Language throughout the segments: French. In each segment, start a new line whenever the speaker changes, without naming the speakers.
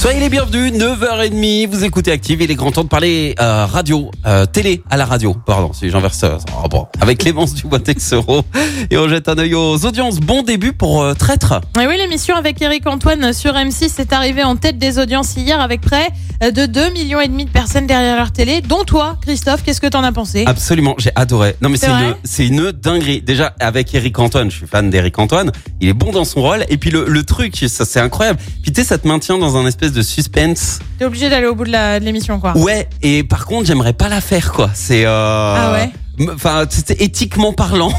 Soyez les bienvenus, 9h30, vous écoutez Active, il est grand temps de parler euh, radio, euh, télé à la radio, pardon, si j'inverse ça. Oh, bon. Avec Clémence Dubois-Texoro, et on jette un œil aux audiences. Bon début pour euh, Traître.
Et oui, l'émission avec Eric Antoine sur M6 est arrivée en tête des audiences hier avec près de 2 millions et demi de personnes derrière leur télé, dont toi, Christophe, qu'est-ce que t'en as pensé
Absolument, j'ai adoré. Non mais
C'est
c'est une,
vrai
c'est une dinguerie. Déjà avec Eric Antoine, je suis fan d'Eric Antoine. Il est bon dans son rôle. Et puis le, le truc, ça c'est incroyable. Puis tu sais, ça te maintient dans un espèce de suspense.
T'es obligé d'aller au bout de la- de l'émission, quoi.
Ouais. Et par contre, j'aimerais pas la faire quoi. C'est. Euh...
Ah ouais
m- Enfin, c'était éthiquement parlant.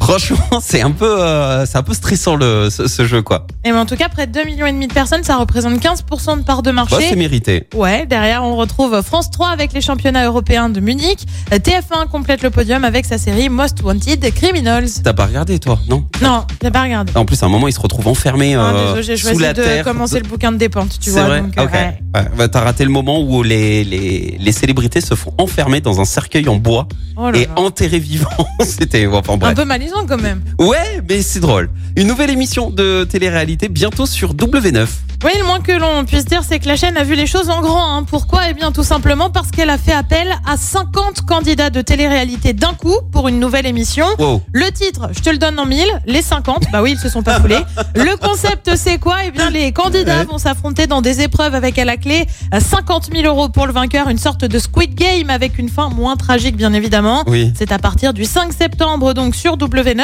Franchement, c'est un peu, euh, c'est un peu stressant le ce, ce jeu quoi.
Et mais en tout cas, près de 2 millions et demi de personnes, ça représente 15% de part de
Bah, c'est
marché.
mérité.
Ouais, derrière on retrouve France 3 avec les championnats européens de Munich. Euh, TF1 complète le podium avec sa série Most Wanted Criminals.
T'as pas regardé toi, non
Non, j'ai pas regardé.
En plus, à un moment, il se retrouve enfermé
Ah,
euh,
désolé, j'ai
sous
choisi
la
de
terre.
commencer le bouquin de dépente, tu
C'est
vois.
vrai
donc, euh,
Ok.
ouais.
Ouais, bah, T'as raté le moment où les, les, les célébrités se font enfermer dans un cercueil en bois
Oh là
et
là.
enterrés vivants. C'était enfin
Un
bref.
peu malaisant quand même.
Ouais, mais c'est drôle. Une nouvelle émission de télé-réalité bientôt sur W9.
Oui, le moins que l'on puisse dire, c'est que la chaîne a vu les choses en grand. hein. Pourquoi Eh bien, tout simplement parce qu'elle a fait appel à 50 candidats de télé-réalité d'un coup pour une nouvelle émission.
Wow.
Le titre, je te le donne en mille, les 50, bah oui, ils se sont pas foulés. Le concept, c'est quoi Eh bien, les candidats
Ouais.
vont s'affronter dans des épreuves avec à la clé 50 000 euros pour le vainqueur, une sorte de Squid Game avec une fin moins tragique, bien évidemment.
Oui.
C'est à partir du 5 septembre, donc sur W9.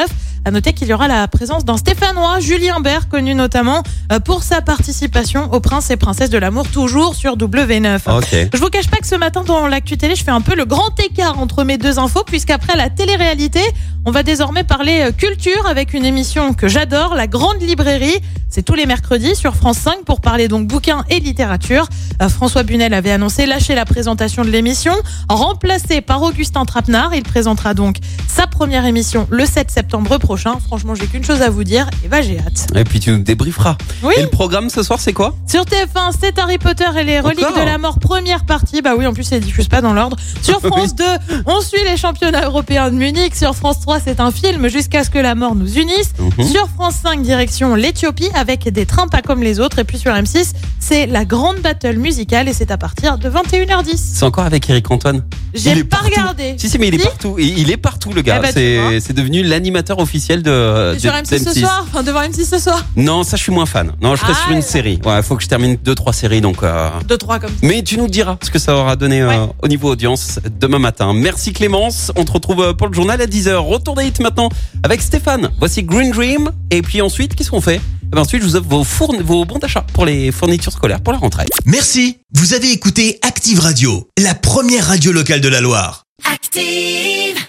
À noter qu'il y aura la présence d'un Stéphanois, Julien Bert, connu notamment euh, pour sa participation aux Princes et Princesses de l'amour, toujours sur W9.
Ok.
Je vous cache pas que ce matin dans l'actu télé, je fais un peu le grand écart entre mes deux infos, puisqu'après la télé-réalité, on va désormais parler euh, culture avec une émission que j'adore, La Grande Librairie. C'est tous les mercredis sur France 5 pour parler donc bouquins et littérature. Euh, François Bunel avait annoncé lâcher la présentation de l'émission, remplacé par Augustin Trapenard. Il présentera donc sa première émission le 7 septembre prochain. Franchement, j'ai qu'une chose à vous dire, et bah j'ai hâte.
Et puis tu nous débrieferas.
Oui.
Et le programme ce soir, c'est quoi
Sur TF1, c'est Harry Potter et les reliques
Encore
de la mort, première partie. Bah oui, en plus, elle diffuse pas dans l'ordre. Sur France 2, on suit les championnats européens de Munich. Sur France 3, c'est un film jusqu'à ce que la mort nous unisse.
Mhm.
Sur France 5, direction l'Éthiopie avec des trains pas comme les autres. Et puis sur M6, c'est la grande battle musicale et c'est à partir de 21h10.
C'est encore avec Eric Antoine. Il est
J'ai pas
partout.
regardé.
Si, si, mais il est
Si.
partout. Il, il est partout, le gars.
Eh ben, tu
c'est
vois.
c'est devenu l'animateur officiel de, de
Sur M6 ce
M6.
soir, enfin devant M6 ce soir.
Non, ça, je suis moins fan. Non, je reste
Ah,
sur une
là.
série. Ouais, faut que je termine deux, trois séries, donc. euh,
2-3 comme ça.
Mais tu nous diras ce que ça aura donné euh,
Ouais.
au niveau audience demain matin. Merci Clémence. On te retrouve euh, pour le journal à 10h. Retour des hits maintenant avec Stéphane. Voici Green Dream. Et puis ensuite, qu'est-ce qu'on fait Eh ben Ensuite, je vous offre vos, fourn- vos bons d'achat pour les fournitures scolaires pour la rentrée.
Merci, vous avez écouté Active Radio, la première radio locale de la Loire.
Active.